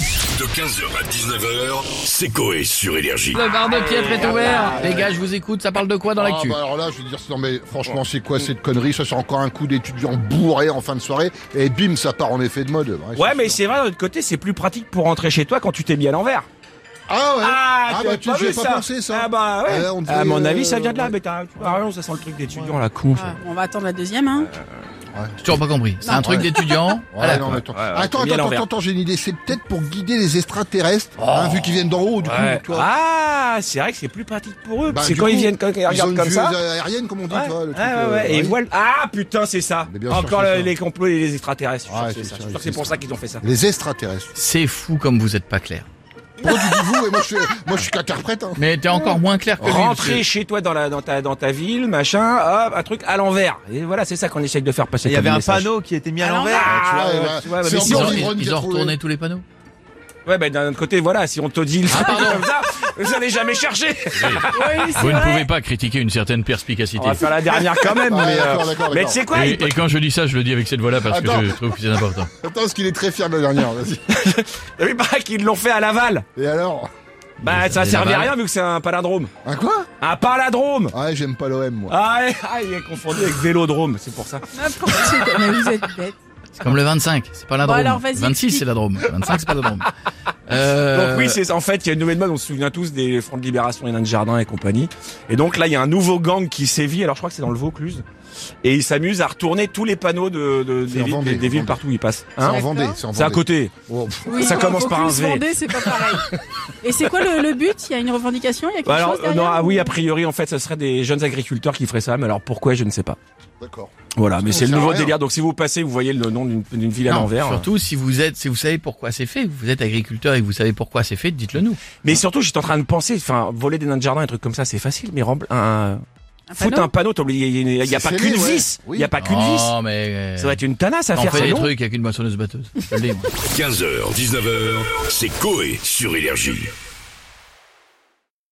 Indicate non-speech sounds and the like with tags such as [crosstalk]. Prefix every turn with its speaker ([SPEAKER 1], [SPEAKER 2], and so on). [SPEAKER 1] De 15h à 19h, c'est Coé sur Énergie.
[SPEAKER 2] Le bar de piètre est ouvert. Les gars, je vous écoute. Ça parle de quoi dans
[SPEAKER 3] Ah
[SPEAKER 2] l'actu
[SPEAKER 3] bah alors là, je vais dire, non mais franchement, c'est quoi cette connerie Ça, c'est encore un coup d'étudiant bourré en fin de soirée, et bim, ça part en effet de mode. Ouais,
[SPEAKER 4] Ouais,
[SPEAKER 3] c'est
[SPEAKER 4] mais
[SPEAKER 3] sûr.
[SPEAKER 4] c'est vrai, d'un autre côté, c'est plus pratique pour rentrer chez toi quand tu t'es mis à l'envers.
[SPEAKER 3] Ah ouais
[SPEAKER 4] Ah, tu
[SPEAKER 3] bah
[SPEAKER 4] as
[SPEAKER 3] tu
[SPEAKER 4] pas
[SPEAKER 3] j'ai
[SPEAKER 4] vu
[SPEAKER 3] pas
[SPEAKER 4] ça.
[SPEAKER 3] pensé ça
[SPEAKER 4] Ah bah ouais.
[SPEAKER 3] Ah, là, on devait,
[SPEAKER 4] à mon avis, ça
[SPEAKER 3] euh,
[SPEAKER 4] vient de là, mais t'as t'as raison, ça sent le truc d'étudiant, la con.
[SPEAKER 5] Ah, on va attendre la deuxième, hein.
[SPEAKER 2] J'ai toujours pas compris. C'est un truc [laughs] d'étudiant.
[SPEAKER 3] Ouais,
[SPEAKER 2] Voilà.
[SPEAKER 3] non, mais attends,
[SPEAKER 4] Ouais, ouais,
[SPEAKER 3] attends,
[SPEAKER 4] t'as mis à
[SPEAKER 3] attends,
[SPEAKER 4] l'envers. Oh.
[SPEAKER 3] attends, attends, j'ai une idée. C'est peut-être pour guider les extraterrestres, hein, vu qu'ils viennent d'en haut, du coup. Toi.
[SPEAKER 4] Ah, c'est vrai que c'est plus pratique pour eux.
[SPEAKER 3] Bah,
[SPEAKER 4] c'est
[SPEAKER 3] du
[SPEAKER 4] quand ils
[SPEAKER 3] coup,
[SPEAKER 4] viennent, quand ils
[SPEAKER 3] Ils ont
[SPEAKER 4] regardent
[SPEAKER 3] une
[SPEAKER 4] comme
[SPEAKER 3] vue euh,
[SPEAKER 4] ça.
[SPEAKER 3] aérienne, comme on dit,
[SPEAKER 4] Ouais,
[SPEAKER 3] tu vois, le
[SPEAKER 4] ouais,
[SPEAKER 3] truc,
[SPEAKER 4] ouais,
[SPEAKER 3] euh,
[SPEAKER 4] ouais. Et
[SPEAKER 3] aérien.
[SPEAKER 4] voilà. Ah putain, c'est ça.
[SPEAKER 3] Mais bien sûr,
[SPEAKER 4] Encore
[SPEAKER 3] c'est
[SPEAKER 4] le-
[SPEAKER 3] ça.
[SPEAKER 4] les complots et les extraterrestres. Je suis
[SPEAKER 3] Ouais,
[SPEAKER 4] sûr que c'est
[SPEAKER 3] c'est
[SPEAKER 4] ça.
[SPEAKER 3] ça,
[SPEAKER 4] Je suis sûr que
[SPEAKER 3] c'est
[SPEAKER 4] c'est pour
[SPEAKER 3] ça.
[SPEAKER 4] ça qu'ils ont fait ça.
[SPEAKER 3] Les extraterrestres.
[SPEAKER 2] C'est fou comme vous êtes pas clair.
[SPEAKER 3] Pourquoi tu dis vous et moi je suis, moi je suis qu'interprète. Hein.
[SPEAKER 2] Mais t'es encore moins clair que lui.
[SPEAKER 4] Rentrer chez toi dans la dans ta dans ta ville, machin, hop, un truc à l'envers. Et voilà, c'est ça qu'on essaye de faire passer.
[SPEAKER 6] Il y
[SPEAKER 4] comme
[SPEAKER 6] avait un
[SPEAKER 4] message.
[SPEAKER 6] panneau qui était mis
[SPEAKER 5] À
[SPEAKER 6] à l'envers.
[SPEAKER 4] Ah,
[SPEAKER 3] tu vois,
[SPEAKER 4] ouais,
[SPEAKER 3] et
[SPEAKER 4] ouais,
[SPEAKER 3] bah,
[SPEAKER 4] tu vois, mais
[SPEAKER 3] c'est
[SPEAKER 4] si
[SPEAKER 2] Ils
[SPEAKER 4] on
[SPEAKER 2] ont,
[SPEAKER 3] dit-
[SPEAKER 4] dit-
[SPEAKER 3] Ivrogne
[SPEAKER 2] ils
[SPEAKER 3] qui a
[SPEAKER 2] ont
[SPEAKER 3] trouvé.
[SPEAKER 2] retourné tous les panneaux.
[SPEAKER 4] Ouais, ben d'un autre côté, voilà, si on te dit le
[SPEAKER 3] Ah,
[SPEAKER 4] truc
[SPEAKER 2] pardon.
[SPEAKER 4] comme ça, vous allez
[SPEAKER 3] [laughs]
[SPEAKER 4] jamais chercher.
[SPEAKER 5] Oui,
[SPEAKER 7] Vous ne
[SPEAKER 2] Ah
[SPEAKER 7] pouvez pas critiquer une certaine perspicacité.
[SPEAKER 4] On
[SPEAKER 2] Oh,
[SPEAKER 4] va faire la dernière quand
[SPEAKER 3] [laughs]
[SPEAKER 4] même,
[SPEAKER 3] Ah,
[SPEAKER 4] mais. euh,
[SPEAKER 3] d'accord, d'accord,
[SPEAKER 4] Mais
[SPEAKER 3] d'accord.
[SPEAKER 4] tu sais quoi
[SPEAKER 7] Et,
[SPEAKER 4] il peut-
[SPEAKER 7] et quand je dis ça, je le dis avec cette voix-là parce
[SPEAKER 3] Attends.
[SPEAKER 7] que je trouve que c'est important.
[SPEAKER 3] Attends, parce qu'il est très fier de la dernière. Vas-y.
[SPEAKER 4] T'as vu pas qu'ils l'ont fait à Laval
[SPEAKER 3] Et alors
[SPEAKER 4] Bah ça
[SPEAKER 2] allez,
[SPEAKER 4] servait à
[SPEAKER 2] Laval.
[SPEAKER 4] rien vu que c'est un palindrome.
[SPEAKER 3] Un quoi
[SPEAKER 4] Un palindrome
[SPEAKER 3] Ah ouais, j'aime pas l'OM moi.
[SPEAKER 4] ah, ouais, ah, il est confondu avec Vélodrome, c'est pour ça.
[SPEAKER 5] [laughs] Mais vous êtes bête.
[SPEAKER 2] C'est comme le 25. C'est pas la
[SPEAKER 5] Bon,
[SPEAKER 2] Drôme.
[SPEAKER 5] alors, vas-y,
[SPEAKER 2] 26,
[SPEAKER 5] explique.
[SPEAKER 2] c'est la Drôme. 25, c'est pas [laughs] la Drôme. Euh,
[SPEAKER 4] Donc oui, c'est en fait, il y a une nouvelle mode, on se souvient tous des Fronts de Libération, Hélène Jardin et compagnie. Et donc là, il y a un nouveau gang qui sévit, alors je crois que c'est dans le Vaucluse. Et ils s'amusent à retourner tous les panneaux de, de-
[SPEAKER 3] C'est
[SPEAKER 4] des,
[SPEAKER 3] en
[SPEAKER 4] villes,
[SPEAKER 3] Vendée,
[SPEAKER 4] des
[SPEAKER 3] en
[SPEAKER 4] villes
[SPEAKER 3] Vendée.
[SPEAKER 4] partout où ils passent.
[SPEAKER 3] C'est
[SPEAKER 4] Hein
[SPEAKER 3] en Vendée, c'est en
[SPEAKER 4] c'est à
[SPEAKER 3] Vendée.
[SPEAKER 4] côté.
[SPEAKER 3] Oh,
[SPEAKER 5] Oui,
[SPEAKER 4] Ça
[SPEAKER 5] bon,
[SPEAKER 4] commence par un
[SPEAKER 5] Vaucluse
[SPEAKER 4] V.
[SPEAKER 5] Vendée, c'est pas pareil. Et c'est quoi le, le but Il y a une revendication Il y a quelque
[SPEAKER 4] Bah, alors,
[SPEAKER 5] chose
[SPEAKER 4] euh, non,
[SPEAKER 5] derrière
[SPEAKER 4] ah oui, a priori, en fait, ce serait des jeunes agriculteurs qui feraient ça, mais alors pourquoi, je ne sais pas.
[SPEAKER 3] D'accord.
[SPEAKER 4] Voilà, mais
[SPEAKER 3] Ça
[SPEAKER 4] c'est le
[SPEAKER 3] sert à
[SPEAKER 4] nouveau
[SPEAKER 3] rien.
[SPEAKER 4] délire. Donc si vous passez, vous voyez le nom d'une d'une ville à
[SPEAKER 2] non,
[SPEAKER 4] l'envers.
[SPEAKER 2] surtout si vous êtes, si vous savez pourquoi c'est fait, vous êtes agriculteur et que vous savez pourquoi c'est fait, dites-le nous.
[SPEAKER 4] Mais surtout, j'étais en train de penser, enfin, voler des nains de jardin, un truc comme ça, c'est facile, mais rempl- un,
[SPEAKER 5] Un
[SPEAKER 4] foutre
[SPEAKER 5] panneau
[SPEAKER 4] un panneau, t'as oublié, il n'y a,
[SPEAKER 3] C'est
[SPEAKER 4] pas
[SPEAKER 3] scellé,
[SPEAKER 4] qu'une
[SPEAKER 3] ouais.
[SPEAKER 4] vis. Il
[SPEAKER 3] Oui.
[SPEAKER 4] n'y a pas qu'une vis.
[SPEAKER 2] oh, mais euh,
[SPEAKER 4] Ça va être une tanasse à
[SPEAKER 2] on
[SPEAKER 4] faire,
[SPEAKER 2] fait
[SPEAKER 4] ça,
[SPEAKER 2] des
[SPEAKER 4] non [laughs]
[SPEAKER 2] trucs avec une moissonneuse batteuse. Je le dis, moi.
[SPEAKER 1] 15h, 19h, c'est Coé sur Énergie.